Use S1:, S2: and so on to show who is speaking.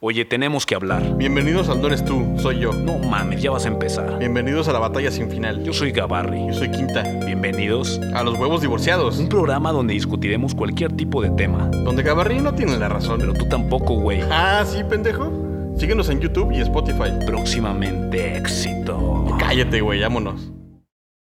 S1: Oye, tenemos que hablar.
S2: Bienvenidos al No eres tú, soy yo.
S1: No mames, ya vas a empezar.
S2: Bienvenidos a la batalla sin final.
S1: Yo soy Gabarri.
S2: Yo soy Quinta.
S1: Bienvenidos.
S2: A los huevos divorciados.
S1: Un programa donde discutiremos cualquier tipo de tema.
S2: Donde Gabarri no tiene la razón.
S1: Pero tú tampoco, güey.
S2: Ah, sí, pendejo. Síguenos en YouTube y Spotify.
S1: Próximamente éxito.
S2: Cállate, güey, vámonos.